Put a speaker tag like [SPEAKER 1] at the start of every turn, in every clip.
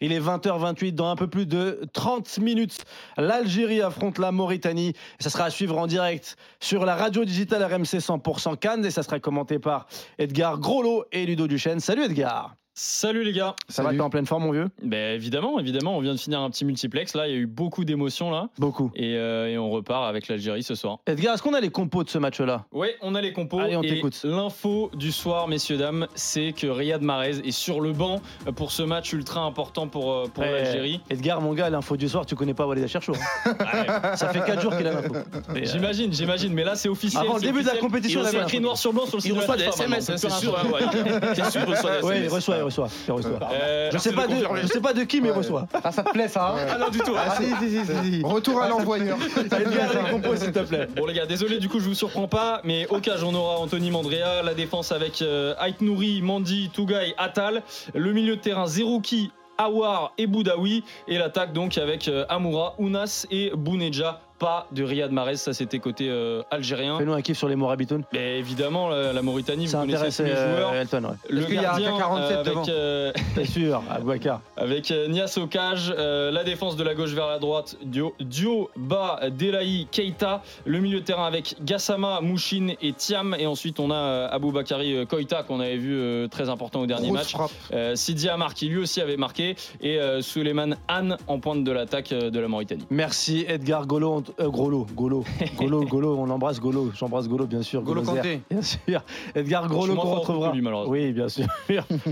[SPEAKER 1] Il est 20h28 dans un peu plus de 30 minutes. L'Algérie affronte la Mauritanie. Ça sera à suivre en direct sur la radio digitale RMC 100% Cannes et ça sera commenté par Edgar Grollo et Ludo Duchesne. Salut Edgar.
[SPEAKER 2] Salut les gars.
[SPEAKER 1] Ça va, t'es en pleine forme mon vieux
[SPEAKER 2] Ben évidemment, évidemment, on vient de finir un petit multiplex là, il y a eu beaucoup d'émotions là
[SPEAKER 1] Beaucoup.
[SPEAKER 2] et, euh, et on repart avec l'Algérie ce soir.
[SPEAKER 1] Edgar, est-ce qu'on a les compos de ce match-là
[SPEAKER 2] Ouais, on a les compos
[SPEAKER 1] Allez, on
[SPEAKER 2] et
[SPEAKER 1] t'écoute.
[SPEAKER 2] l'info du soir messieurs dames, c'est que Riyad Mahrez est sur le banc pour ce match ultra important pour euh, pour
[SPEAKER 1] Ouais.
[SPEAKER 2] l'Algérie.
[SPEAKER 1] Edgar, mon gars, l'info du soir, tu connais pas Walid Acharchour.
[SPEAKER 2] Ouais,
[SPEAKER 1] Ça fait 4 jours qu'il a l'info. Et, euh,
[SPEAKER 2] j'imagine, j'imagine, mais là c'est officiel.
[SPEAKER 1] Avant le
[SPEAKER 2] c'est
[SPEAKER 1] début de la
[SPEAKER 2] officiel.
[SPEAKER 1] compétition,
[SPEAKER 2] il
[SPEAKER 1] il
[SPEAKER 2] c'est
[SPEAKER 1] avait
[SPEAKER 2] écrit
[SPEAKER 1] un
[SPEAKER 2] noir sur blanc sur le site
[SPEAKER 3] Il
[SPEAKER 2] de la
[SPEAKER 3] reçoit des
[SPEAKER 2] plateforme,
[SPEAKER 3] SMS,
[SPEAKER 2] on peut
[SPEAKER 3] c'est
[SPEAKER 2] plus
[SPEAKER 3] sûr.
[SPEAKER 2] rien
[SPEAKER 3] hein, ouais. C'est sûr, il reçoit des SMS.
[SPEAKER 1] Ouais, il reçoit, il reçoit. il reçoit.
[SPEAKER 2] faire. Euh,
[SPEAKER 1] Je sais, pas de, je sais pas de qui, mais il reçoit.
[SPEAKER 4] Ah, ça te plaît ça hein
[SPEAKER 3] Ah non, du tout.
[SPEAKER 4] Ah, si, si, si, si, si.
[SPEAKER 5] Retour à l'envoyeur.
[SPEAKER 1] Edgar, les compos, s'il te plaît.
[SPEAKER 2] Bon les gars, désolé du coup je vous surprends pas, mais au cas on aura Anthony Mandrea, la défense avec euh, Ait Nouri, Mandy, Tougaï, Atal, le milieu de terrain Zerouki, Awar et Boudaoui, et l'attaque donc avec euh, Amoura, Ounas et Bouneja. Pas de Riyad Mahrez, ça c'était côté euh, algérien.
[SPEAKER 1] Fais-nous un kiff sur les Morabitoun.
[SPEAKER 2] Mais évidemment la, la Mauritanie, vous
[SPEAKER 1] Ça
[SPEAKER 2] connaissez
[SPEAKER 1] intéresse
[SPEAKER 2] tous les joueurs.
[SPEAKER 1] euh, Elton, ouais.
[SPEAKER 2] Le
[SPEAKER 4] qu'il y a
[SPEAKER 2] gardien
[SPEAKER 4] un K47
[SPEAKER 2] euh, avec,
[SPEAKER 4] devant
[SPEAKER 2] euh,
[SPEAKER 1] T'es sûr, Abouakar.
[SPEAKER 2] avec euh, Nias au cage, euh, la défense de la gauche vers la droite, Dio, Dio Ba, Delahi, Keita, le milieu de terrain avec Gassama, Mouchine et Tiam, et ensuite on a euh, Aboubakari euh, Koita qu'on avait vu euh, très important au dernier
[SPEAKER 5] Grosse
[SPEAKER 2] match,
[SPEAKER 5] frappe.
[SPEAKER 2] euh, Sidi Amar qui lui aussi avait marqué, et euh, Suleiman Han en pointe de l'attaque euh, de la Mauritanie.
[SPEAKER 1] Merci Edgar Golo, on t- euh, Grolo, Golo, Golo, Golo, on embrasse Golo, j'embrasse Golo bien sûr.
[SPEAKER 4] Golo
[SPEAKER 1] Zer,
[SPEAKER 4] Kanté.
[SPEAKER 1] Bien sûr. Edgar Grolo
[SPEAKER 2] Franchement,
[SPEAKER 1] qu'on
[SPEAKER 2] fort
[SPEAKER 1] retrouvera.
[SPEAKER 2] que lui, malheureusement.
[SPEAKER 1] oui, bien sûr.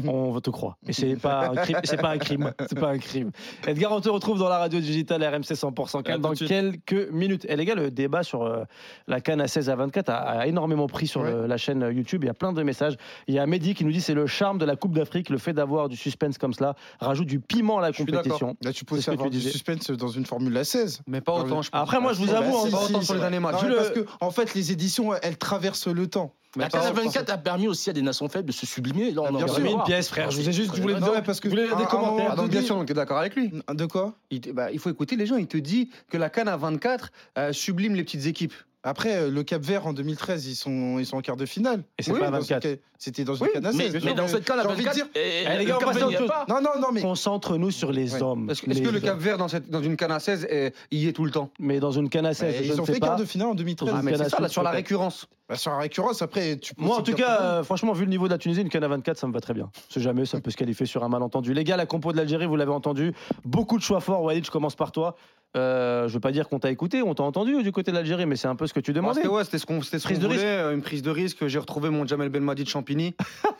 [SPEAKER 1] on va te croire. Et c'est pas un crime, c'est pas un crime, c'est pas un crime. Edgar, on te retrouve dans la radio digitale RMC 100%
[SPEAKER 2] À
[SPEAKER 1] Cannes
[SPEAKER 2] tout
[SPEAKER 1] dans
[SPEAKER 2] de suite.
[SPEAKER 1] quelques minutes. Et les gars, le débat sur euh, la Cannes à 16 à 24 a, a énormément pris sur
[SPEAKER 5] Ouais.
[SPEAKER 1] le- la chaîne YouTube. Il y a plein de messages. Il y a Mehdi qui nous dit c'est le charme de la Coupe d'Afrique, le fait d'avoir du suspense comme cela rajoute du piment à la
[SPEAKER 4] Je suis
[SPEAKER 1] compétition.
[SPEAKER 5] Là, tu peux
[SPEAKER 1] C'est ce
[SPEAKER 5] aussi
[SPEAKER 1] que
[SPEAKER 5] avoir
[SPEAKER 1] tu
[SPEAKER 5] du
[SPEAKER 1] disais.
[SPEAKER 5] suspense dans une Formule A16.
[SPEAKER 4] Mais pas autant, je hein, pense.
[SPEAKER 1] Après, moi, je vous
[SPEAKER 5] Bah,
[SPEAKER 1] avoue,
[SPEAKER 5] si,
[SPEAKER 1] en-
[SPEAKER 4] pas
[SPEAKER 5] si,
[SPEAKER 4] autant
[SPEAKER 5] si,
[SPEAKER 4] sur les
[SPEAKER 5] si.
[SPEAKER 4] derniers matchs.
[SPEAKER 5] Non,
[SPEAKER 1] Vu
[SPEAKER 5] mais
[SPEAKER 1] le-
[SPEAKER 5] Parce que, en fait, les éditions, elles traversent le temps.
[SPEAKER 3] La Canal 24 a permis aussi à des nations faibles de se sublimer. Là, on en
[SPEAKER 5] Bien
[SPEAKER 1] J'ai
[SPEAKER 3] revient.
[SPEAKER 5] sûr.
[SPEAKER 1] mis une pièce, frère. Je vous ai juste, je
[SPEAKER 5] voulais
[SPEAKER 1] voulais
[SPEAKER 5] non, ouais, parce que
[SPEAKER 4] Vous voulez
[SPEAKER 5] à- à
[SPEAKER 4] des
[SPEAKER 5] un
[SPEAKER 4] commentaires
[SPEAKER 5] moment
[SPEAKER 4] Ah, donc,
[SPEAKER 5] donné-
[SPEAKER 4] bien sûr, donc t'es d'accord avec lui.
[SPEAKER 5] De quoi
[SPEAKER 4] Il, te- bah, il faut écouter les gens. Il te dit que la Cannes à 24 euh, sublime les petites équipes.
[SPEAKER 5] Après, euh, le Cap Vert en 2013, ils sont, ils sont en quart de finale.
[SPEAKER 1] Et c'est
[SPEAKER 5] Oui,
[SPEAKER 1] pas
[SPEAKER 5] dans
[SPEAKER 1] 24.
[SPEAKER 5] une ca- C'était dans une
[SPEAKER 4] Oui,
[SPEAKER 5] canne à
[SPEAKER 3] Mais,
[SPEAKER 5] 16.
[SPEAKER 3] mais dans cette Canal
[SPEAKER 5] J'ai envie de
[SPEAKER 3] 24,
[SPEAKER 5] dire-
[SPEAKER 3] eh,
[SPEAKER 1] Eh, les
[SPEAKER 3] le
[SPEAKER 1] gars, on
[SPEAKER 3] Cap
[SPEAKER 1] passe
[SPEAKER 3] Vert
[SPEAKER 1] à
[SPEAKER 3] n'y
[SPEAKER 1] autre
[SPEAKER 3] est
[SPEAKER 1] chose.
[SPEAKER 3] pas.
[SPEAKER 5] Non, non, non, mais.
[SPEAKER 1] Concentre-nous sur les
[SPEAKER 5] Ouais.
[SPEAKER 1] hommes.
[SPEAKER 4] Est-ce que, est-ce
[SPEAKER 1] Les
[SPEAKER 4] que le
[SPEAKER 1] hommes.
[SPEAKER 4] Cap Vert dans, cette, dans une Cannes à 16 est- y est tout le temps
[SPEAKER 1] Mais dans une canne à 16,
[SPEAKER 5] mais
[SPEAKER 1] je
[SPEAKER 5] euh, ils
[SPEAKER 1] ne
[SPEAKER 5] ont
[SPEAKER 1] sais
[SPEAKER 5] fait
[SPEAKER 1] pas.
[SPEAKER 5] quart de finale en 2013.
[SPEAKER 1] Ah, mais
[SPEAKER 4] Mais
[SPEAKER 1] Cannes à
[SPEAKER 4] c'est ça, là,
[SPEAKER 1] 16,
[SPEAKER 4] sur la
[SPEAKER 1] peut-être.
[SPEAKER 4] récurrence.
[SPEAKER 5] Bah, sur la récurrence, après, tu
[SPEAKER 1] Moi, en
[SPEAKER 5] penses
[SPEAKER 1] tout
[SPEAKER 5] au quart
[SPEAKER 1] cas,
[SPEAKER 5] de finale.
[SPEAKER 1] euh, franchement, vu le niveau de la Tunisie, une canne à 24, ça me va très bien. C'est jamais, ça peut se qualifier sur un malentendu. Les gars, la compo de l'Algérie, vous l'avez entendu. Beaucoup de choix forts. Walid, je commence par toi. Euh, je veux pas dire qu'on t'a écouté, on t'a entendu du côté de l'Algérie, mais c'est un peu ce que tu demandais.
[SPEAKER 4] Parce que, ouais, c'était ce qu'on c'était ce
[SPEAKER 1] Prise
[SPEAKER 4] qu'on
[SPEAKER 1] de
[SPEAKER 4] voulait, euh, une prise de risque. J'ai retrouvé mon Jamel Belmadi de Champigny,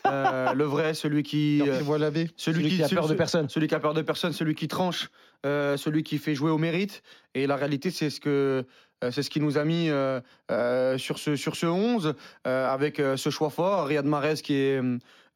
[SPEAKER 4] Euh, le vrai, celui qui, euh,
[SPEAKER 5] Pierre Pivoy Labbé.
[SPEAKER 4] celui,
[SPEAKER 1] Celui qui a
[SPEAKER 4] celui-
[SPEAKER 1] peur de personne.
[SPEAKER 4] celui qui a peur de personne, celui qui tranche, euh, celui qui fait jouer au mérite. Et la réalité, c'est ce que euh, c'est ce qui nous a mis euh, euh, sur ce sur ce 11 euh, avec euh, ce choix fort, Riyad Mahrez qui est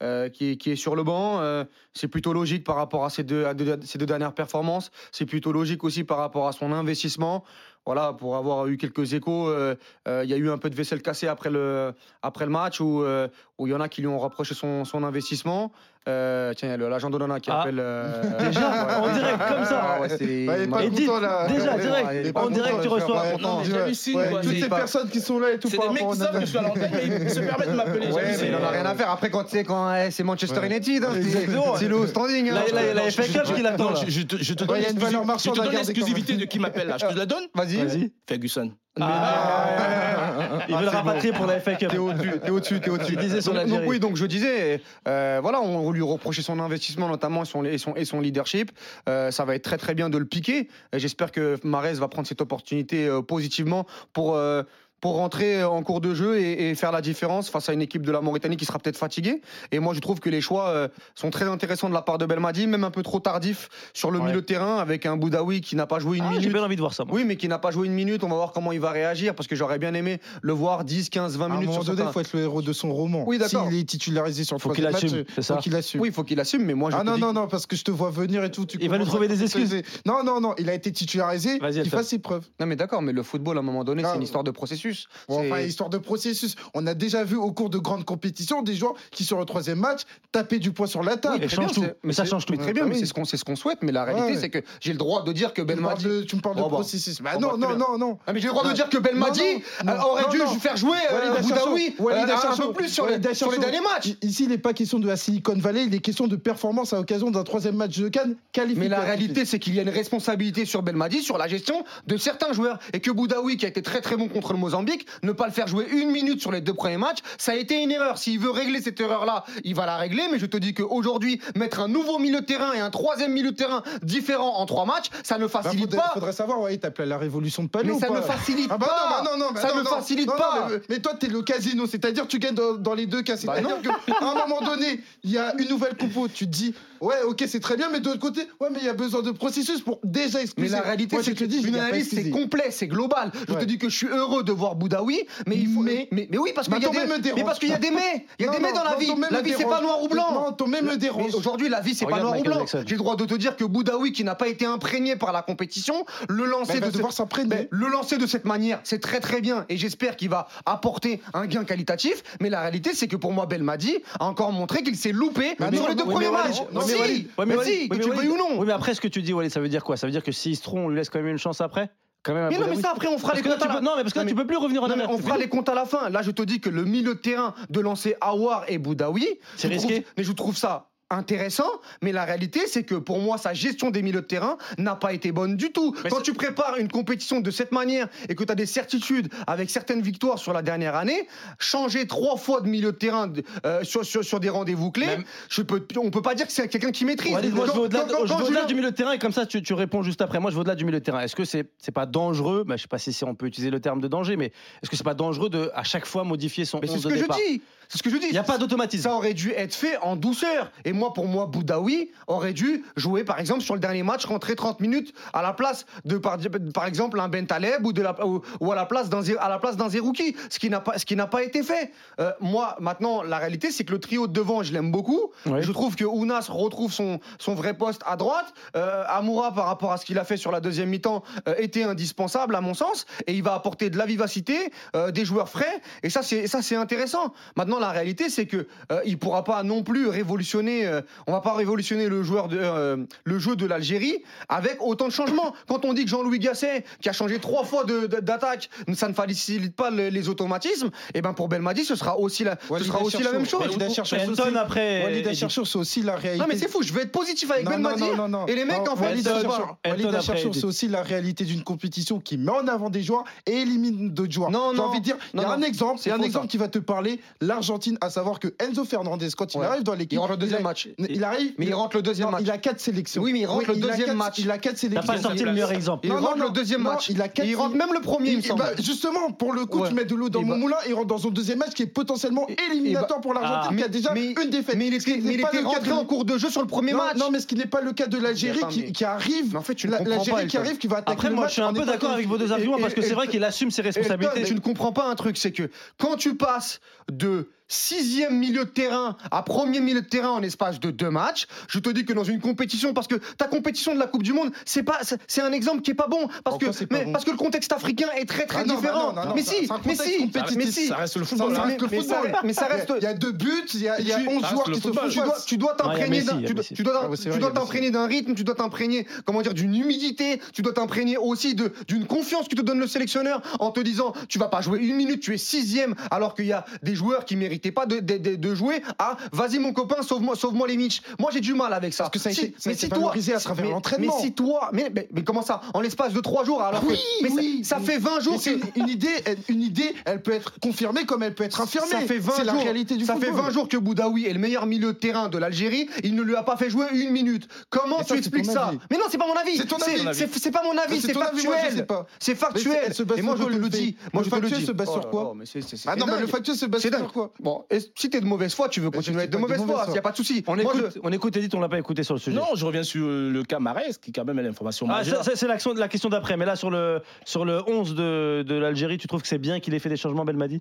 [SPEAKER 4] euh, qui, est- qui est sur le banc, Euh, c'est plutôt logique par rapport à ces deux, à deux- ces deux dernières performances. C'est plutôt logique aussi par rapport à son investissement. Voilà, pour avoir eu quelques échos, euh, euh, il y a eu un peu de vaisselle cassée après le après le match où euh, où il y en a qui lui ont rapproché son son investissement. Euh, tiens, il y a le- l'agent Donana qui
[SPEAKER 1] Ah.
[SPEAKER 4] appelle. euh,
[SPEAKER 1] Déjà,
[SPEAKER 4] ouais.
[SPEAKER 1] en direct, comme ça.
[SPEAKER 4] Ah ouais, c'est-
[SPEAKER 5] Bah, il est pas
[SPEAKER 1] Et
[SPEAKER 5] content,
[SPEAKER 1] dites-
[SPEAKER 5] là.
[SPEAKER 1] déjà,
[SPEAKER 5] Ouais,
[SPEAKER 1] direct,
[SPEAKER 5] ouais, il est
[SPEAKER 4] en
[SPEAKER 5] pas
[SPEAKER 1] direct,
[SPEAKER 5] content,
[SPEAKER 1] tu
[SPEAKER 5] il est pas
[SPEAKER 1] reçois.
[SPEAKER 5] content.
[SPEAKER 3] Non, mais
[SPEAKER 5] Tu vois,
[SPEAKER 3] j'hallucine,
[SPEAKER 5] ouais,
[SPEAKER 3] quoi.
[SPEAKER 5] Toutes
[SPEAKER 4] Il est
[SPEAKER 5] ces
[SPEAKER 4] pas-
[SPEAKER 5] personnes qui sont là et tout
[SPEAKER 3] C'est
[SPEAKER 5] par
[SPEAKER 3] des mecs
[SPEAKER 5] rapport
[SPEAKER 3] qui
[SPEAKER 5] à
[SPEAKER 3] savent que je suis à l'antenne, mais ils se permettent de m'appeler.
[SPEAKER 4] Ouais,
[SPEAKER 3] j'hallucine.
[SPEAKER 4] mais il en a rien à faire. Après, quand tu sais, quand eh, c'est Manchester
[SPEAKER 5] Ouais.
[SPEAKER 4] United, hein, c'est-
[SPEAKER 1] Exactement.
[SPEAKER 4] c'est le haut standing. hein.
[SPEAKER 1] La, la, la FA Cup qui l'attend.
[SPEAKER 3] Non,
[SPEAKER 1] là.
[SPEAKER 3] je, je te, je te
[SPEAKER 5] Ouais,
[SPEAKER 3] donne
[SPEAKER 5] il y a une valeur
[SPEAKER 3] l'exclusi- je
[SPEAKER 5] marchande
[SPEAKER 3] te
[SPEAKER 5] à
[SPEAKER 3] donne
[SPEAKER 5] garder quand
[SPEAKER 3] l'exclusivité de qui m'appelle là. Je te la donne
[SPEAKER 4] Vas-y.
[SPEAKER 1] Vas-y.
[SPEAKER 3] Ferguson.
[SPEAKER 4] euh,
[SPEAKER 1] Ah, Ils veulent rapatrier pour la FA Cup.
[SPEAKER 4] T'es au-dessus, t'es au-dessus, t'es au-dessus.
[SPEAKER 1] Tu disais sur
[SPEAKER 4] Donc-
[SPEAKER 1] l'Algérie.
[SPEAKER 4] Donc oui, donc je disais, euh, voilà, on lui reprochait son investissement notamment son- et son, et son leadership. Euh, ça va être très très bien de le piquer. Et J'espère que Marez va prendre cette opportunité euh, positivement pour. euh, pour rentrer en cours de jeu et, et faire la différence face à une équipe de la Mauritanie qui sera peut-être fatiguée. Et moi, je trouve que les choix euh, sont très intéressants de la part de Belmadi, même un peu trop tardif sur le
[SPEAKER 5] Ouais.
[SPEAKER 4] milieu de terrain avec un Boudaoui qui n'a pas joué une
[SPEAKER 1] Ah, J'ai
[SPEAKER 4] minute.
[SPEAKER 1] bien envie de voir ça. moi.
[SPEAKER 4] Oui, mais qui n'a pas joué une minute. On va voir comment il va réagir parce que j'aurais bien aimé le voir 10, 15, 20
[SPEAKER 5] À un
[SPEAKER 4] minutes
[SPEAKER 5] moment
[SPEAKER 4] sur
[SPEAKER 5] donné,
[SPEAKER 4] certains-
[SPEAKER 5] il faut être le héros de son roman.
[SPEAKER 4] Oui, d'accord.
[SPEAKER 5] S'il est titularisé sur le
[SPEAKER 1] Faut qu'il
[SPEAKER 5] troisième
[SPEAKER 1] assume,
[SPEAKER 5] match, euh,
[SPEAKER 1] c'est ça
[SPEAKER 5] Faut qu'il assume.
[SPEAKER 4] Oui, il faut qu'il assume, mais moi je.
[SPEAKER 5] Ah
[SPEAKER 4] te
[SPEAKER 5] non,
[SPEAKER 4] dis-
[SPEAKER 5] non, non, parce que je te vois venir et tout. Tu
[SPEAKER 1] Il va nous
[SPEAKER 5] commences à
[SPEAKER 1] trouver des excuses.
[SPEAKER 5] creuser. Non, non, non, il a été titularisé.
[SPEAKER 1] Vas-y,
[SPEAKER 5] Qu'il
[SPEAKER 1] Elton.
[SPEAKER 5] fasse ses preuves.
[SPEAKER 4] Non, mais d'accord, mais le football, à un moment donné,
[SPEAKER 5] Ah,
[SPEAKER 4] c'est une histoire de
[SPEAKER 5] processus.
[SPEAKER 4] processus.
[SPEAKER 5] Bon,
[SPEAKER 4] C'est-
[SPEAKER 5] enfin, histoire de processus. On a déjà vu au cours de grandes compétitions des joueurs qui, sur le troisième match, tapaient du poids sur la
[SPEAKER 4] Oui,
[SPEAKER 5] table.
[SPEAKER 1] Et
[SPEAKER 4] très
[SPEAKER 1] change
[SPEAKER 4] bien,
[SPEAKER 1] tout.
[SPEAKER 4] c'est-
[SPEAKER 1] Mais ça
[SPEAKER 4] c'est-
[SPEAKER 1] change tout.
[SPEAKER 4] mais Très bien,
[SPEAKER 5] Ah
[SPEAKER 4] mais
[SPEAKER 5] oui.
[SPEAKER 4] c'est ce qu'on c'est ce qu'on souhaite. Mais la
[SPEAKER 5] Ouais,
[SPEAKER 4] réalité,
[SPEAKER 5] ouais.
[SPEAKER 4] c'est que j'ai le droit de dire que
[SPEAKER 5] tu, me parles
[SPEAKER 4] Belmadi.
[SPEAKER 5] de, tu me parles de
[SPEAKER 4] Bon, bon.
[SPEAKER 5] processus. Bah
[SPEAKER 4] Bon,
[SPEAKER 5] non,
[SPEAKER 4] bah,
[SPEAKER 5] non,
[SPEAKER 4] très
[SPEAKER 5] non, non.
[SPEAKER 4] Ah, mais j'ai le droit de
[SPEAKER 5] Non.
[SPEAKER 4] dire que
[SPEAKER 5] Non,
[SPEAKER 4] Belmadi
[SPEAKER 5] non,
[SPEAKER 4] euh,
[SPEAKER 5] non,
[SPEAKER 4] aurait dû
[SPEAKER 5] non, non.
[SPEAKER 4] faire jouer euh,
[SPEAKER 5] Walid
[SPEAKER 4] Boudaoui
[SPEAKER 5] Assensio. Walid
[SPEAKER 4] euh, un
[SPEAKER 5] Assensio.
[SPEAKER 4] peu plus sur les
[SPEAKER 5] Walid
[SPEAKER 4] sur les
[SPEAKER 5] Assensio.
[SPEAKER 4] derniers matchs.
[SPEAKER 5] I- Ici, il n'est pas question de la Silicon Valley, il est question de performance à l'occasion d'un troisième match de Cannes qualifié.
[SPEAKER 4] Mais la réalité, c'est qu'il y a une responsabilité sur Belmadi, sur la gestion de certains joueurs. Et que Boudaoui, qui a été très très bon contre le Mozambique, ne pas le faire jouer une minute sur les deux premiers matchs, ça a été une erreur. S'il veut régler cette erreur-là, il va la régler. Mais je te dis qu'aujourd'hui, mettre un nouveau milieu de terrain et un troisième milieu de terrain différent en trois matchs, ça ne
[SPEAKER 5] il
[SPEAKER 4] facilite
[SPEAKER 5] faudrait,
[SPEAKER 4] pas.
[SPEAKER 5] Bah, faudrait savoir, ouais, t'appelles la révolution de Palais
[SPEAKER 4] Mais
[SPEAKER 5] ou
[SPEAKER 4] ça
[SPEAKER 5] pas
[SPEAKER 4] ne facilite
[SPEAKER 5] Ah bah non,
[SPEAKER 4] pas.
[SPEAKER 5] bah non, non, bah
[SPEAKER 4] ça
[SPEAKER 5] non,
[SPEAKER 4] ne
[SPEAKER 5] non.
[SPEAKER 4] facilite
[SPEAKER 5] Non, non,
[SPEAKER 4] pas.
[SPEAKER 5] mais, mais toi, t'es le casino, c'est-à-dire tu gagnes dans, dans les deux cas.
[SPEAKER 4] Bah
[SPEAKER 5] C'est-à-dire qu'à un moment donné, il y a une nouvelle compo, tu te dis, ouais, ok, c'est très bien, mais de l'autre côté, ouais, mais il y a besoin de processus pour déjà
[SPEAKER 4] Mais
[SPEAKER 5] expliquer.
[SPEAKER 4] la réalité,
[SPEAKER 5] Moi, je
[SPEAKER 4] c'est
[SPEAKER 5] te
[SPEAKER 4] que
[SPEAKER 5] dis, je
[SPEAKER 4] une
[SPEAKER 5] l'ai pas
[SPEAKER 4] analyse, c'est
[SPEAKER 5] expliqué.
[SPEAKER 4] complet, c'est global. Je te
[SPEAKER 5] Ouais.
[SPEAKER 4] dis que je suis heureux de voir Boudaoui, mais il faut. Mais,
[SPEAKER 5] Mais-
[SPEAKER 4] mais, mais oui, parce qu'il y a
[SPEAKER 5] Bah, Mais ton mec me
[SPEAKER 4] des. Mais
[SPEAKER 5] dérange.
[SPEAKER 4] parce qu'il y a des mais. Il y a
[SPEAKER 5] Non,
[SPEAKER 4] des mais
[SPEAKER 5] non,
[SPEAKER 4] dans la
[SPEAKER 5] non,
[SPEAKER 4] vie.
[SPEAKER 5] ton mec
[SPEAKER 4] La
[SPEAKER 5] me
[SPEAKER 4] vie, c'est
[SPEAKER 5] dérange.
[SPEAKER 4] pas noir ou blanc.
[SPEAKER 5] Non, ton même me dérange.
[SPEAKER 4] Mais aujourd'hui, la vie, c'est pas
[SPEAKER 1] Regarde
[SPEAKER 4] noir ou
[SPEAKER 1] Michael
[SPEAKER 4] blanc.
[SPEAKER 1] Jackson.
[SPEAKER 4] J'ai le droit de te dire que Boudaoui, qui n'a pas été imprégné par la compétition, le
[SPEAKER 5] Bah,
[SPEAKER 4] lancer
[SPEAKER 5] il
[SPEAKER 4] de
[SPEAKER 5] va
[SPEAKER 4] ce-
[SPEAKER 5] devoir
[SPEAKER 4] ben,
[SPEAKER 5] s'imprégner.
[SPEAKER 4] le lancer de cette manière, c'est très très bien et j'espère qu'il va apporter un gain qualitatif. Mais la réalité, c'est que pour moi, Belmadi a encore montré qu'il s'est loupé
[SPEAKER 5] Mais
[SPEAKER 4] sur
[SPEAKER 5] non,
[SPEAKER 4] les deux
[SPEAKER 5] oui,
[SPEAKER 4] premiers
[SPEAKER 5] mais Walid,
[SPEAKER 4] matchs.
[SPEAKER 5] oui,
[SPEAKER 4] Non,
[SPEAKER 5] mais
[SPEAKER 4] si,
[SPEAKER 5] Walid,
[SPEAKER 4] mais si, que tu le veuilles ou non.
[SPEAKER 1] Oui, mais après, ce que tu dis, Walid, ça veut dire quoi Ça veut dire que s'il se trompe, on lui laisse quand même une chance après Quand même à
[SPEAKER 4] Mais non, mais
[SPEAKER 1] Boudaoui.
[SPEAKER 4] ça, après, on fera
[SPEAKER 1] Parce
[SPEAKER 4] les
[SPEAKER 1] que là,
[SPEAKER 4] comptes.
[SPEAKER 1] tu
[SPEAKER 4] à la-
[SPEAKER 1] peux- Non, mais parce que là,
[SPEAKER 4] Non,
[SPEAKER 1] tu peux plus revenir en
[SPEAKER 4] Non, mais
[SPEAKER 1] arrière.
[SPEAKER 4] on fera les comptes à la fin. Là, je te dis que le milieu de terrain de lancer Awar et Boudaoui,
[SPEAKER 1] C'est
[SPEAKER 4] je trouve-
[SPEAKER 1] risqué.
[SPEAKER 4] mais je trouve ça intéressant, mais la réalité c'est que pour moi sa gestion des milieux de terrain n'a pas été bonne du tout.
[SPEAKER 1] Mais
[SPEAKER 4] Quand
[SPEAKER 1] c'est-
[SPEAKER 4] tu prépares une compétition de cette manière et que tu as des certitudes avec certaines victoires sur la dernière année, changer trois fois de milieu de terrain de- euh, sur, sur, sur des rendez-vous clés,
[SPEAKER 1] Même-
[SPEAKER 4] je peux, on peut pas dire que c'est quelqu'un qui maîtrise.
[SPEAKER 1] Walid, moi, je
[SPEAKER 4] Quand-
[SPEAKER 1] vais au-delà
[SPEAKER 4] quand- quand-
[SPEAKER 1] je vais
[SPEAKER 4] quand
[SPEAKER 1] au-delà
[SPEAKER 4] Julien-
[SPEAKER 1] du milieu de terrain et comme ça, tu, tu réponds juste après. Moi, je vais au-delà du milieu de terrain. Est-ce que c'est c'est pas dangereux bah, Je sais pas si c'est- on peut utiliser le terme de danger, mais est-ce que c'est pas dangereux de à chaque fois modifier son
[SPEAKER 4] Mais c'est
[SPEAKER 1] 11
[SPEAKER 4] ce
[SPEAKER 1] de
[SPEAKER 4] que je
[SPEAKER 1] départ
[SPEAKER 4] dis. C'est ce que je dis.
[SPEAKER 1] Il n'y a pas d'automatisme.
[SPEAKER 4] Ça aurait dû être fait en douceur. Et moi, pour moi, Boudaoui aurait dû jouer, par exemple, sur le dernier match, rentrer 30 minutes à la place de, par, par exemple, un Bentaleb ou, de la, ou, ou à la place d'un Zé- à la place d'un Zerouki, ce qui n'a pas, ce qui n'a pas été fait. Euh, moi, maintenant, la réalité, c'est que le trio de devant, je l'aime beaucoup.
[SPEAKER 1] Ouais.
[SPEAKER 4] Je trouve que Ounas retrouve son, son vrai poste à droite. Euh, Amoura, par rapport à ce qu'il a fait sur la deuxième mi-temps, euh, était indispensable, à mon sens. Et il va apporter de la vivacité, euh, des joueurs frais. Et ça, c'est ça, c'est intéressant. Maintenant, la réalité, c'est que euh, il pourra pas non plus révolutionner. euh, on va pas révolutionner le joueur de euh, le jeu de l'Algérie avec autant de changements. Quand on dit que Jean-Louis Gasset, qui a changé trois fois de- de- d'attaque, ça ne facilite pas le- les automatismes. Et ben pour Belmadi, ce sera aussi la, ce
[SPEAKER 5] Walid
[SPEAKER 4] sera aussi la
[SPEAKER 5] Assensio.
[SPEAKER 4] même chose.
[SPEAKER 5] Walid Assensio, c'est
[SPEAKER 1] Elton
[SPEAKER 5] aussi-
[SPEAKER 1] après.
[SPEAKER 5] Walid
[SPEAKER 1] et-
[SPEAKER 5] Assensio, c'est aussi la réalité.
[SPEAKER 4] Non mais c'est fou, je vais être positif avec
[SPEAKER 5] Non, non,
[SPEAKER 4] Belmadi.
[SPEAKER 5] non, non, non.
[SPEAKER 4] Et les mecs, en fait,
[SPEAKER 5] Walid
[SPEAKER 1] ils sont
[SPEAKER 5] Assensio,
[SPEAKER 1] pas-
[SPEAKER 5] Walid
[SPEAKER 4] Eh,
[SPEAKER 1] Elton
[SPEAKER 5] Assensio,
[SPEAKER 1] après,
[SPEAKER 5] c'est aussi la réalité d'une compétition qui met en avant des joueurs et élimine d'autres joueurs.
[SPEAKER 4] Non,
[SPEAKER 5] J'ai
[SPEAKER 4] non.
[SPEAKER 5] envie de dire, il y
[SPEAKER 4] Non,
[SPEAKER 5] a un
[SPEAKER 4] non.
[SPEAKER 5] exemple, il y a
[SPEAKER 4] C'est
[SPEAKER 5] un
[SPEAKER 4] faux,
[SPEAKER 5] exemple
[SPEAKER 4] ça.
[SPEAKER 5] qui va te parler, l'Argentine, à savoir que Enzo Fernandez, quand il
[SPEAKER 4] Ouais.
[SPEAKER 5] arrive dans l'équipe,
[SPEAKER 4] il rentre le deuxième
[SPEAKER 5] il a-
[SPEAKER 4] match.
[SPEAKER 5] il arrive,
[SPEAKER 4] Mais il rentre le deuxième
[SPEAKER 5] non,
[SPEAKER 4] match.
[SPEAKER 5] il a quatre sélections.
[SPEAKER 4] Oui, mais il rentre le
[SPEAKER 5] a
[SPEAKER 4] deuxième
[SPEAKER 5] quatre-
[SPEAKER 4] match.
[SPEAKER 5] Il a quatre
[SPEAKER 1] T'as
[SPEAKER 5] sélections.
[SPEAKER 1] pas sorti le meilleur exemple.
[SPEAKER 4] Il
[SPEAKER 5] Non,
[SPEAKER 4] rentre
[SPEAKER 5] non,
[SPEAKER 4] le deuxième
[SPEAKER 5] non,
[SPEAKER 4] match.
[SPEAKER 5] il a quatre-
[SPEAKER 4] Il rentre même le premier, il me
[SPEAKER 5] Et- et
[SPEAKER 4] semble.
[SPEAKER 5] bah, justement, pour le coup,
[SPEAKER 4] Ouais.
[SPEAKER 5] tu mets de l'eau dans
[SPEAKER 4] Et
[SPEAKER 5] mon
[SPEAKER 4] bah-
[SPEAKER 5] moulin, il rentre dans un deuxième match qui est potentiellement
[SPEAKER 4] Et- bah- et
[SPEAKER 5] éliminatoire pour
[SPEAKER 1] Ah.
[SPEAKER 5] l'Argentine, qui a déjà
[SPEAKER 4] mais-
[SPEAKER 5] une défaite.
[SPEAKER 4] mais il
[SPEAKER 5] Ce qui
[SPEAKER 4] était, mais
[SPEAKER 5] n'est
[SPEAKER 4] il
[SPEAKER 5] pas
[SPEAKER 4] était
[SPEAKER 5] le cas
[SPEAKER 4] rentré
[SPEAKER 5] de-
[SPEAKER 4] en cours de jeu sur le premier
[SPEAKER 5] non,
[SPEAKER 4] match.
[SPEAKER 5] non, mais ce qui n'est pas le cas de l'Algérie
[SPEAKER 4] Attends, mais-
[SPEAKER 5] qui, qui arrive.
[SPEAKER 4] Mais en fait, tu ne
[SPEAKER 5] la-
[SPEAKER 4] comprends pas,
[SPEAKER 5] L'Algérie qui
[SPEAKER 4] Elton.
[SPEAKER 5] arrive, qui va attaquer.
[SPEAKER 1] Après,
[SPEAKER 5] le
[SPEAKER 1] moi,
[SPEAKER 5] match
[SPEAKER 1] je suis un
[SPEAKER 5] en
[SPEAKER 1] peu
[SPEAKER 5] étant
[SPEAKER 1] d'accord avec vos deux
[SPEAKER 5] et-
[SPEAKER 1] arguments
[SPEAKER 5] et-
[SPEAKER 1] parce que c'est
[SPEAKER 5] et-
[SPEAKER 1] vrai qu'il assume ses
[SPEAKER 4] Elton,
[SPEAKER 1] responsabilités.
[SPEAKER 4] tu ne comprends pas un truc, c'est que quand tu passes de sixième milieu de terrain à premier milieu de terrain en espace de deux matchs, je te dis que dans une compétition, parce que ta compétition de la Coupe du Monde, c'est pas, c'est- c'est un exemple qui est pas bon, parce
[SPEAKER 5] En
[SPEAKER 4] que,
[SPEAKER 5] quoi c'est pas
[SPEAKER 4] mais-
[SPEAKER 5] bon
[SPEAKER 4] parce que le contexte africain est très très
[SPEAKER 5] Ah non, bah
[SPEAKER 4] différent.
[SPEAKER 5] non, non, non,
[SPEAKER 4] mais
[SPEAKER 5] ça-
[SPEAKER 4] si,
[SPEAKER 5] c'est un
[SPEAKER 4] mais
[SPEAKER 5] contexte
[SPEAKER 4] si,
[SPEAKER 5] compétitif,
[SPEAKER 4] mais si,
[SPEAKER 3] Ah, ça reste le
[SPEAKER 5] Ça
[SPEAKER 3] football. hein.
[SPEAKER 5] reste le
[SPEAKER 4] mais ça
[SPEAKER 5] football.
[SPEAKER 4] reste- mais ça reste-
[SPEAKER 5] Il y a deux buts, il y a, il y a
[SPEAKER 4] Tu-
[SPEAKER 5] 11
[SPEAKER 3] ça
[SPEAKER 5] joueurs
[SPEAKER 3] reste
[SPEAKER 5] qui
[SPEAKER 3] le
[SPEAKER 5] se font
[SPEAKER 3] football.
[SPEAKER 4] tu dois, tu dois
[SPEAKER 1] Ouais, il y a
[SPEAKER 4] t'imprégner
[SPEAKER 1] Messi,
[SPEAKER 4] d'un-
[SPEAKER 1] il y a
[SPEAKER 4] tu dois-
[SPEAKER 1] Messi.
[SPEAKER 4] tu dois-
[SPEAKER 5] Ah ouais, c'est
[SPEAKER 4] tu
[SPEAKER 5] vrai,
[SPEAKER 4] dois
[SPEAKER 5] il y a
[SPEAKER 4] t'imprégner d'un rythme, tu dois t'imprégner comment dire d'une humidité, tu dois t'imprégner aussi de d'une confiance que te donne le sélectionneur en te disant tu vas pas jouer une minute, tu es sixième alors qu'il y a des joueurs qui méritaient pas de, de- de- de jouer à vas-y mon copain sauve-moi sauve-moi les miches. Moi j'ai du mal avec ça.
[SPEAKER 5] Parce que ça a
[SPEAKER 4] Si-
[SPEAKER 5] été- ça a été valorisé à travers
[SPEAKER 4] mais-
[SPEAKER 5] l'entraînement.
[SPEAKER 4] Mais si toi, mais, mais- mais comment ça En l'espace de trois jours alors
[SPEAKER 5] Oui,
[SPEAKER 4] que- mais ça-
[SPEAKER 5] oui,
[SPEAKER 4] ça,
[SPEAKER 5] oui.
[SPEAKER 4] fait 20
[SPEAKER 5] Mais
[SPEAKER 4] jours
[SPEAKER 5] c'est
[SPEAKER 4] que
[SPEAKER 5] une, une idée, elle- une idée, elle peut être confirmée comme elle peut être infirmée.
[SPEAKER 4] ça fait 20
[SPEAKER 5] C'est la
[SPEAKER 4] jours,
[SPEAKER 5] réalité du
[SPEAKER 4] ça
[SPEAKER 5] football.
[SPEAKER 4] fait 20 jours que Boudaoui est le meilleur milieu de terrain de l'Algérie. Il ne lui a pas fait jouer une minute.
[SPEAKER 5] Mais
[SPEAKER 4] Comment
[SPEAKER 5] ça,
[SPEAKER 4] tu
[SPEAKER 5] c'est
[SPEAKER 4] expliques
[SPEAKER 5] ton
[SPEAKER 4] ça
[SPEAKER 5] avis.
[SPEAKER 4] Mais non, c'est pas mon avis.
[SPEAKER 5] C'est ton avis.
[SPEAKER 4] c'est- c'est pas mon avis. C'est
[SPEAKER 5] ton avis, moi, je sais
[SPEAKER 4] factuel.
[SPEAKER 5] pas.
[SPEAKER 4] C'est
[SPEAKER 5] Mais
[SPEAKER 4] factuel.
[SPEAKER 5] elle se base
[SPEAKER 4] Et moi, je
[SPEAKER 5] sur
[SPEAKER 4] te
[SPEAKER 5] le
[SPEAKER 4] le
[SPEAKER 5] fait.
[SPEAKER 4] dis. Moi,
[SPEAKER 5] Le
[SPEAKER 4] je te le
[SPEAKER 5] factuel
[SPEAKER 4] dis. Oh
[SPEAKER 5] se base sur quoi
[SPEAKER 4] mais c'est- c'est- c'est
[SPEAKER 5] Ah non, mais
[SPEAKER 4] dingue.
[SPEAKER 5] le facteur se base
[SPEAKER 4] C'est dingue.
[SPEAKER 5] sur quoi
[SPEAKER 4] Bon, et si t'es de mauvaise foi, tu veux continuer à être de
[SPEAKER 5] pas de
[SPEAKER 4] mauvaise
[SPEAKER 5] mauvaise
[SPEAKER 4] foi.
[SPEAKER 5] foi.
[SPEAKER 4] Il y a pas de souci.
[SPEAKER 1] On
[SPEAKER 4] Moi, je-
[SPEAKER 1] écoute, on écoute Edith, on l'a pas écouté sur le sujet.
[SPEAKER 3] Non, je reviens sur euh, le cas Marès, qui est quand même l'information
[SPEAKER 1] Ah,
[SPEAKER 3] majeure.
[SPEAKER 1] ça, ça, c'est l'action- la question d'après. Mais là, sur le, sur le 11 de, de l'Algérie, tu trouves que c'est bien qu'il ait fait des changements, Belmadi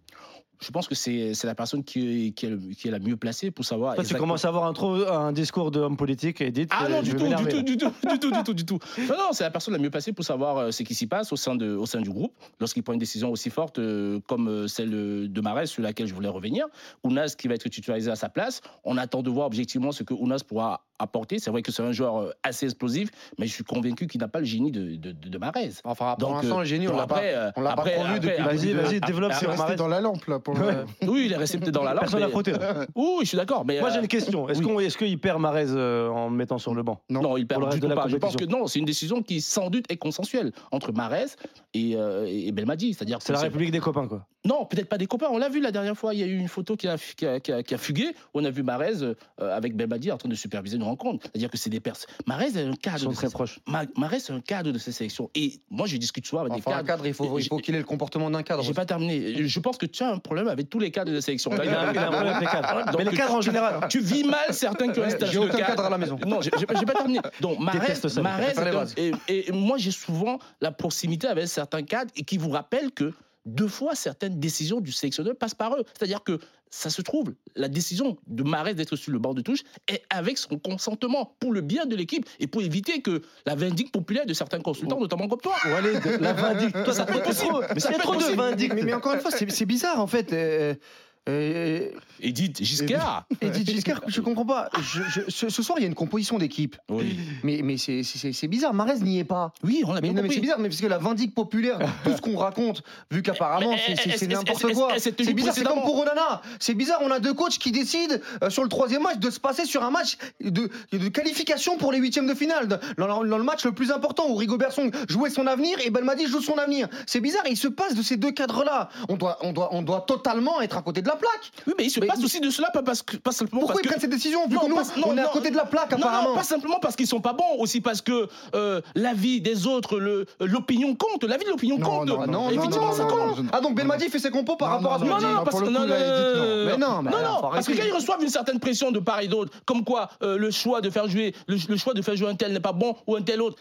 [SPEAKER 3] je pense que c'est c'est la personne qui est, qui, est le- qui est la mieux placée pour savoir.
[SPEAKER 1] Toi, tu
[SPEAKER 3] exactement-
[SPEAKER 1] commences à avoir un, trop- un discours d'homme politique et dites.
[SPEAKER 3] Ah
[SPEAKER 1] euh,
[SPEAKER 3] non,
[SPEAKER 1] je
[SPEAKER 3] du
[SPEAKER 1] vais
[SPEAKER 3] tout, du
[SPEAKER 1] m'énerver.
[SPEAKER 3] tout, du tout, du tout, du tout, du tout. Non, non, c'est la personne la mieux placée pour savoir euh, ce qui s'y passe au sein, de, au sein du groupe, lorsqu'il prend une décision aussi forte euh, comme euh, celle euh, de Marais, sur laquelle je voulais revenir. Ounas qui va être titularisé à sa place. On attend de voir objectivement ce que Ounas pourra apporter. C'est vrai que c'est un joueur euh, assez explosif, mais je suis convaincu qu'il n'a pas le génie de, de, de, de Mahrez.
[SPEAKER 4] Enfin, pour
[SPEAKER 3] Donc,
[SPEAKER 4] l'instant,
[SPEAKER 3] euh,
[SPEAKER 4] le génie, on
[SPEAKER 3] Donc
[SPEAKER 4] l'a pas.
[SPEAKER 3] après, euh,
[SPEAKER 4] on l'a pas
[SPEAKER 3] après,
[SPEAKER 4] revu
[SPEAKER 3] après,
[SPEAKER 4] depuis
[SPEAKER 3] après,
[SPEAKER 1] Vas-y, vas-y,
[SPEAKER 3] après,
[SPEAKER 1] développe
[SPEAKER 5] C'est
[SPEAKER 1] sur
[SPEAKER 5] resté
[SPEAKER 1] Mahrez.
[SPEAKER 5] dans la lampe là pour
[SPEAKER 1] Ah,
[SPEAKER 5] le-
[SPEAKER 1] Ouais.
[SPEAKER 3] Oui, il est resté peut-être dans la langue.
[SPEAKER 1] Personne n'a
[SPEAKER 3] mais-
[SPEAKER 1] frotté.
[SPEAKER 3] euh, Oui, je suis d'accord. Mais
[SPEAKER 1] Moi,
[SPEAKER 3] euh,
[SPEAKER 1] j'ai une question. Est-ce
[SPEAKER 3] oui.
[SPEAKER 1] qu'on, est-ce qu'il perd Marez euh, en le mettant sur le banc
[SPEAKER 3] Non, il
[SPEAKER 1] Pour le
[SPEAKER 3] perd
[SPEAKER 1] reste
[SPEAKER 3] du
[SPEAKER 1] de
[SPEAKER 3] tout
[SPEAKER 1] la
[SPEAKER 3] pas. Je pense que
[SPEAKER 1] compétition.
[SPEAKER 3] non, c'est une décision qui sans doute est consensuelle entre Marès et, euh, et Belmadi. C'est-à-dire que
[SPEAKER 1] C'est la République des copains, quoi.
[SPEAKER 3] Non, peut-être pas des copains. On l'a vu la dernière fois. Il y a eu une photo qui a, qui a, qui a- qui a fugué. On a vu Marez euh, avec Belmadi en train de superviser une rencontre. C'est-à-dire que c'est des personnes. Marez est un cadre.
[SPEAKER 1] Ils sont
[SPEAKER 3] de
[SPEAKER 1] très
[SPEAKER 3] ses-
[SPEAKER 1] proches.
[SPEAKER 3] Ma- Marez est un cadre de ces sélections. Et moi, je discute souvent avec
[SPEAKER 4] Enfin, un
[SPEAKER 3] des cadres.
[SPEAKER 4] cadre, il faut, il
[SPEAKER 3] J'ai-
[SPEAKER 4] faut qu'il ait le comportement d'un cadre.
[SPEAKER 3] J'ai pas terminé. Je pense que tu as un problème avec tous les cadres de sélection. Bah,
[SPEAKER 1] Il a un- il a un problème avec les cadres.
[SPEAKER 3] Donc,
[SPEAKER 1] Mais les cadres en
[SPEAKER 3] tu-
[SPEAKER 1] général.
[SPEAKER 3] Tu vis mal certains qui ont un
[SPEAKER 4] J'ai
[SPEAKER 3] statut de
[SPEAKER 4] aucun
[SPEAKER 3] cadre.
[SPEAKER 4] cadre à la maison.
[SPEAKER 3] Non, j'ai j'ai pas j'ai pas terminé. Donc, Marais,
[SPEAKER 1] Déteste ça,
[SPEAKER 3] Marais,
[SPEAKER 4] les cadres.
[SPEAKER 3] est un-
[SPEAKER 4] Faire
[SPEAKER 3] et, et moi, j'ai souvent la proximité avec certains cadres et qui vous rappellent que deux fois, certaines décisions du sélectionneur passent par eux. C'est-à-dire que ça se trouve, la décision de Marais d'être sur le banc de touche est avec son consentement pour le bien de l'équipe et pour éviter que la vindicte populaire de certains consultants, notamment comme toi.
[SPEAKER 1] Walid, la vindicte. Toi, ça te plaît trop. Mais
[SPEAKER 3] Ça
[SPEAKER 1] c'est
[SPEAKER 3] peut
[SPEAKER 1] trop
[SPEAKER 3] être
[SPEAKER 1] de
[SPEAKER 3] possible.
[SPEAKER 1] vindicte.
[SPEAKER 4] Mais, mais encore une fois, c'est c'est bizarre en fait. Euh, euh,
[SPEAKER 3] Edith Giscard.
[SPEAKER 4] Edith Giscard, je comprends pas. Je- je- ce, ce soir, il y a une composition d'équipe.
[SPEAKER 3] Oui,
[SPEAKER 4] Mais, mais c'est- c'est c'est- c'est bizarre, Marez n'y est pas.
[SPEAKER 3] Oui, on
[SPEAKER 4] Mais,
[SPEAKER 3] l'a bien
[SPEAKER 4] non, mais
[SPEAKER 3] compris.
[SPEAKER 4] c'est bizarre, mais parce que la vindique populaire, tout ce qu'on raconte, vu qu'apparemment
[SPEAKER 3] Mais
[SPEAKER 4] c'est-
[SPEAKER 3] est-ce-
[SPEAKER 4] c'est c'est
[SPEAKER 3] est-ce-
[SPEAKER 4] n'importe
[SPEAKER 3] est-ce-
[SPEAKER 4] quoi.
[SPEAKER 3] est-ce- est-ce que
[SPEAKER 4] C'est
[SPEAKER 3] tu
[SPEAKER 4] bizarre, c'est comme
[SPEAKER 3] précédemment-
[SPEAKER 4] pour Onana. C'est bizarre, on a deux coachs qui décident euh, sur le troisième match de se passer sur un match de, de qualification pour les huitièmes de finale. Dans, dans- dans le match le plus important où Rigo Bersong jouait son avenir et Belmadi joue son avenir. C'est bizarre, il se passe de ces deux cadres-là. On doit, on, doit, on doit totalement être à côté de la plaque.
[SPEAKER 3] Oui, mais il se
[SPEAKER 4] Mais-
[SPEAKER 3] passe aussi de cela, pas, parce que, pas simplement
[SPEAKER 4] Pourquoi ils
[SPEAKER 3] parce que.
[SPEAKER 4] prennent cette décision vu
[SPEAKER 3] Non,
[SPEAKER 4] que nous,
[SPEAKER 3] parce- non,
[SPEAKER 4] on est à
[SPEAKER 3] non,
[SPEAKER 4] côté de la plaque
[SPEAKER 3] Non,
[SPEAKER 4] apparemment
[SPEAKER 3] non, pas simplement parce qu'ils sont pas bons, aussi parce que euh, l'avis des autres, le- l'opinion compte, l'avis de l'opinion compte.
[SPEAKER 5] non, non,
[SPEAKER 3] Effectivement,
[SPEAKER 5] non,
[SPEAKER 3] ça
[SPEAKER 5] non,
[SPEAKER 3] compte.
[SPEAKER 5] non, je ne-
[SPEAKER 4] Ah donc Belmadi fait ses compos par
[SPEAKER 5] Non,
[SPEAKER 4] rapport à ce
[SPEAKER 5] non,
[SPEAKER 4] qu'on dit.
[SPEAKER 5] non,
[SPEAKER 3] parce
[SPEAKER 5] pour le
[SPEAKER 3] que-
[SPEAKER 5] coup, là, elle dit non.
[SPEAKER 4] Mais non, mais
[SPEAKER 3] non,
[SPEAKER 4] alors,
[SPEAKER 3] non,
[SPEAKER 4] faut
[SPEAKER 3] parce que
[SPEAKER 4] arrêter.
[SPEAKER 3] quand ils reçoivent une certaine pression de part et d'autre, comme quoi euh, le choix de faire jouer, le, le choix de faire jouer un tel n'est pas bon ou un tel autre.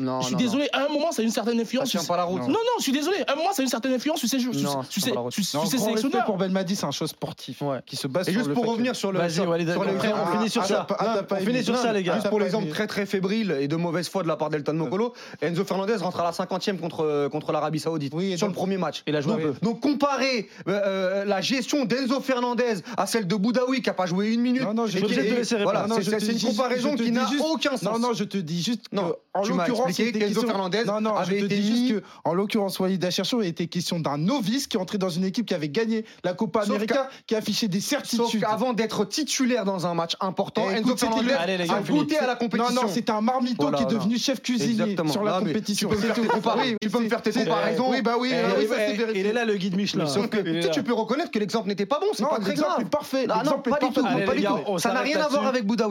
[SPEAKER 4] Non,
[SPEAKER 3] je suis
[SPEAKER 4] Ah non,
[SPEAKER 3] désolé, à un moment, ça a une certaine
[SPEAKER 4] non. Ça
[SPEAKER 3] influence.
[SPEAKER 4] tient
[SPEAKER 3] sur-
[SPEAKER 4] pas la route.
[SPEAKER 3] Non, non, je suis désolé. À un moment, ça a une certaine influence sur ces jou-
[SPEAKER 4] Non,
[SPEAKER 3] sur-
[SPEAKER 4] ça
[SPEAKER 3] sur
[SPEAKER 4] tient
[SPEAKER 3] ces
[SPEAKER 4] pas la route.
[SPEAKER 3] sur-
[SPEAKER 5] Non,
[SPEAKER 3] sur ces
[SPEAKER 5] grand respect
[SPEAKER 3] sélectionneurs.
[SPEAKER 5] pour Belmadi, c'est un chose sportif
[SPEAKER 4] Ouais.
[SPEAKER 5] qui se base
[SPEAKER 4] Et
[SPEAKER 5] sur
[SPEAKER 4] juste
[SPEAKER 5] le
[SPEAKER 4] pour
[SPEAKER 5] fait
[SPEAKER 4] revenir sur le.
[SPEAKER 1] Vas-y,
[SPEAKER 4] sur-
[SPEAKER 1] Walid,
[SPEAKER 4] sur
[SPEAKER 1] on
[SPEAKER 4] les-
[SPEAKER 1] finit- on
[SPEAKER 4] Ah,
[SPEAKER 1] finit sur
[SPEAKER 4] ah,
[SPEAKER 1] ça.
[SPEAKER 5] Ah,
[SPEAKER 4] ah, ah,
[SPEAKER 5] pas
[SPEAKER 1] On
[SPEAKER 5] évident.
[SPEAKER 1] finit sur ça, les gars.
[SPEAKER 4] Juste pour
[SPEAKER 5] pas
[SPEAKER 4] l'exemple
[SPEAKER 5] aimé.
[SPEAKER 4] très très fébrile et de mauvaise foi de la part d'Elton Mokolo, Enzo Fernandez rentre à la 50e contre, euh, contre l'Arabie Saoudite
[SPEAKER 5] Oui, et
[SPEAKER 4] sur le
[SPEAKER 5] donc-
[SPEAKER 4] premier match.
[SPEAKER 1] Il a joué un
[SPEAKER 4] donc,
[SPEAKER 1] peu.
[SPEAKER 4] donc comparer euh, euh, la gestion d'Enzo Fernandez à celle de Boudaoui qui a pas joué une minute.
[SPEAKER 5] Non, non, je suis
[SPEAKER 4] et qui-
[SPEAKER 1] obligé de te laisser
[SPEAKER 4] et- voilà,
[SPEAKER 5] répondre.
[SPEAKER 4] c'est-
[SPEAKER 5] Non, je
[SPEAKER 4] c'est
[SPEAKER 5] te
[SPEAKER 4] une
[SPEAKER 5] dis-
[SPEAKER 4] comparaison
[SPEAKER 5] je te
[SPEAKER 4] qui
[SPEAKER 5] dis
[SPEAKER 4] n'a
[SPEAKER 5] juste-
[SPEAKER 4] aucun sens.
[SPEAKER 5] Non, non, je te dis juste que.
[SPEAKER 4] Non,
[SPEAKER 5] en
[SPEAKER 4] tu m'as
[SPEAKER 5] l'occurrence,
[SPEAKER 4] expliqué
[SPEAKER 5] il était
[SPEAKER 4] qu'Enzo
[SPEAKER 5] question-
[SPEAKER 4] Fernandez
[SPEAKER 5] Non, non,
[SPEAKER 4] avait
[SPEAKER 5] je te
[SPEAKER 4] été
[SPEAKER 5] dis juste
[SPEAKER 4] mis-
[SPEAKER 5] que, en l'occurrence, Walid Acharcho était question d'un novice qui est entré dans une équipe qui avait gagné la Copa
[SPEAKER 4] Sauf
[SPEAKER 5] América, qui affichait des
[SPEAKER 4] Sauf
[SPEAKER 5] certitudes.
[SPEAKER 4] qu'avant d'être titulaire dans un match important,
[SPEAKER 5] Eh,
[SPEAKER 4] Enzo
[SPEAKER 5] écoute, c'était
[SPEAKER 4] Fernandez
[SPEAKER 5] le-
[SPEAKER 1] Allez, les gars,
[SPEAKER 4] a
[SPEAKER 1] on finit.
[SPEAKER 4] goûté à la compétition.
[SPEAKER 5] Non, non, c'est un marmito
[SPEAKER 4] Voilà,
[SPEAKER 5] qui est
[SPEAKER 4] voilà.
[SPEAKER 5] devenu chef cuisinier
[SPEAKER 4] Exactement.
[SPEAKER 5] sur la
[SPEAKER 4] Non, mais
[SPEAKER 5] compétition.
[SPEAKER 4] Tu peux me faire tes
[SPEAKER 5] C'est tout.
[SPEAKER 4] comparaisons.
[SPEAKER 5] Oui,
[SPEAKER 4] Tu peux me faire tes
[SPEAKER 5] c'est-
[SPEAKER 4] comparaisons.
[SPEAKER 5] Oui, bah oui,
[SPEAKER 4] Eh,
[SPEAKER 5] euh, oui, ça
[SPEAKER 1] Eh,
[SPEAKER 5] c'est vérifié.
[SPEAKER 1] Il est là le guide Michelin.
[SPEAKER 4] Sauf que
[SPEAKER 1] Il est
[SPEAKER 4] tu, sais,
[SPEAKER 1] là.
[SPEAKER 4] tu peux reconnaître que l'exemple n'était pas bon, c'est
[SPEAKER 5] Non,
[SPEAKER 4] pas très
[SPEAKER 5] l'exemple
[SPEAKER 4] grave.
[SPEAKER 5] est parfait.
[SPEAKER 4] Ah non,
[SPEAKER 5] L'exemple est
[SPEAKER 4] pas du
[SPEAKER 5] parfait.
[SPEAKER 4] tout,
[SPEAKER 1] Allez,
[SPEAKER 4] pas
[SPEAKER 1] les
[SPEAKER 4] du
[SPEAKER 1] gars,
[SPEAKER 4] tout.
[SPEAKER 1] on
[SPEAKER 4] Ça n'a
[SPEAKER 1] s'arrête
[SPEAKER 4] rien à voir
[SPEAKER 1] là-dessus.
[SPEAKER 4] avec Boudaoui.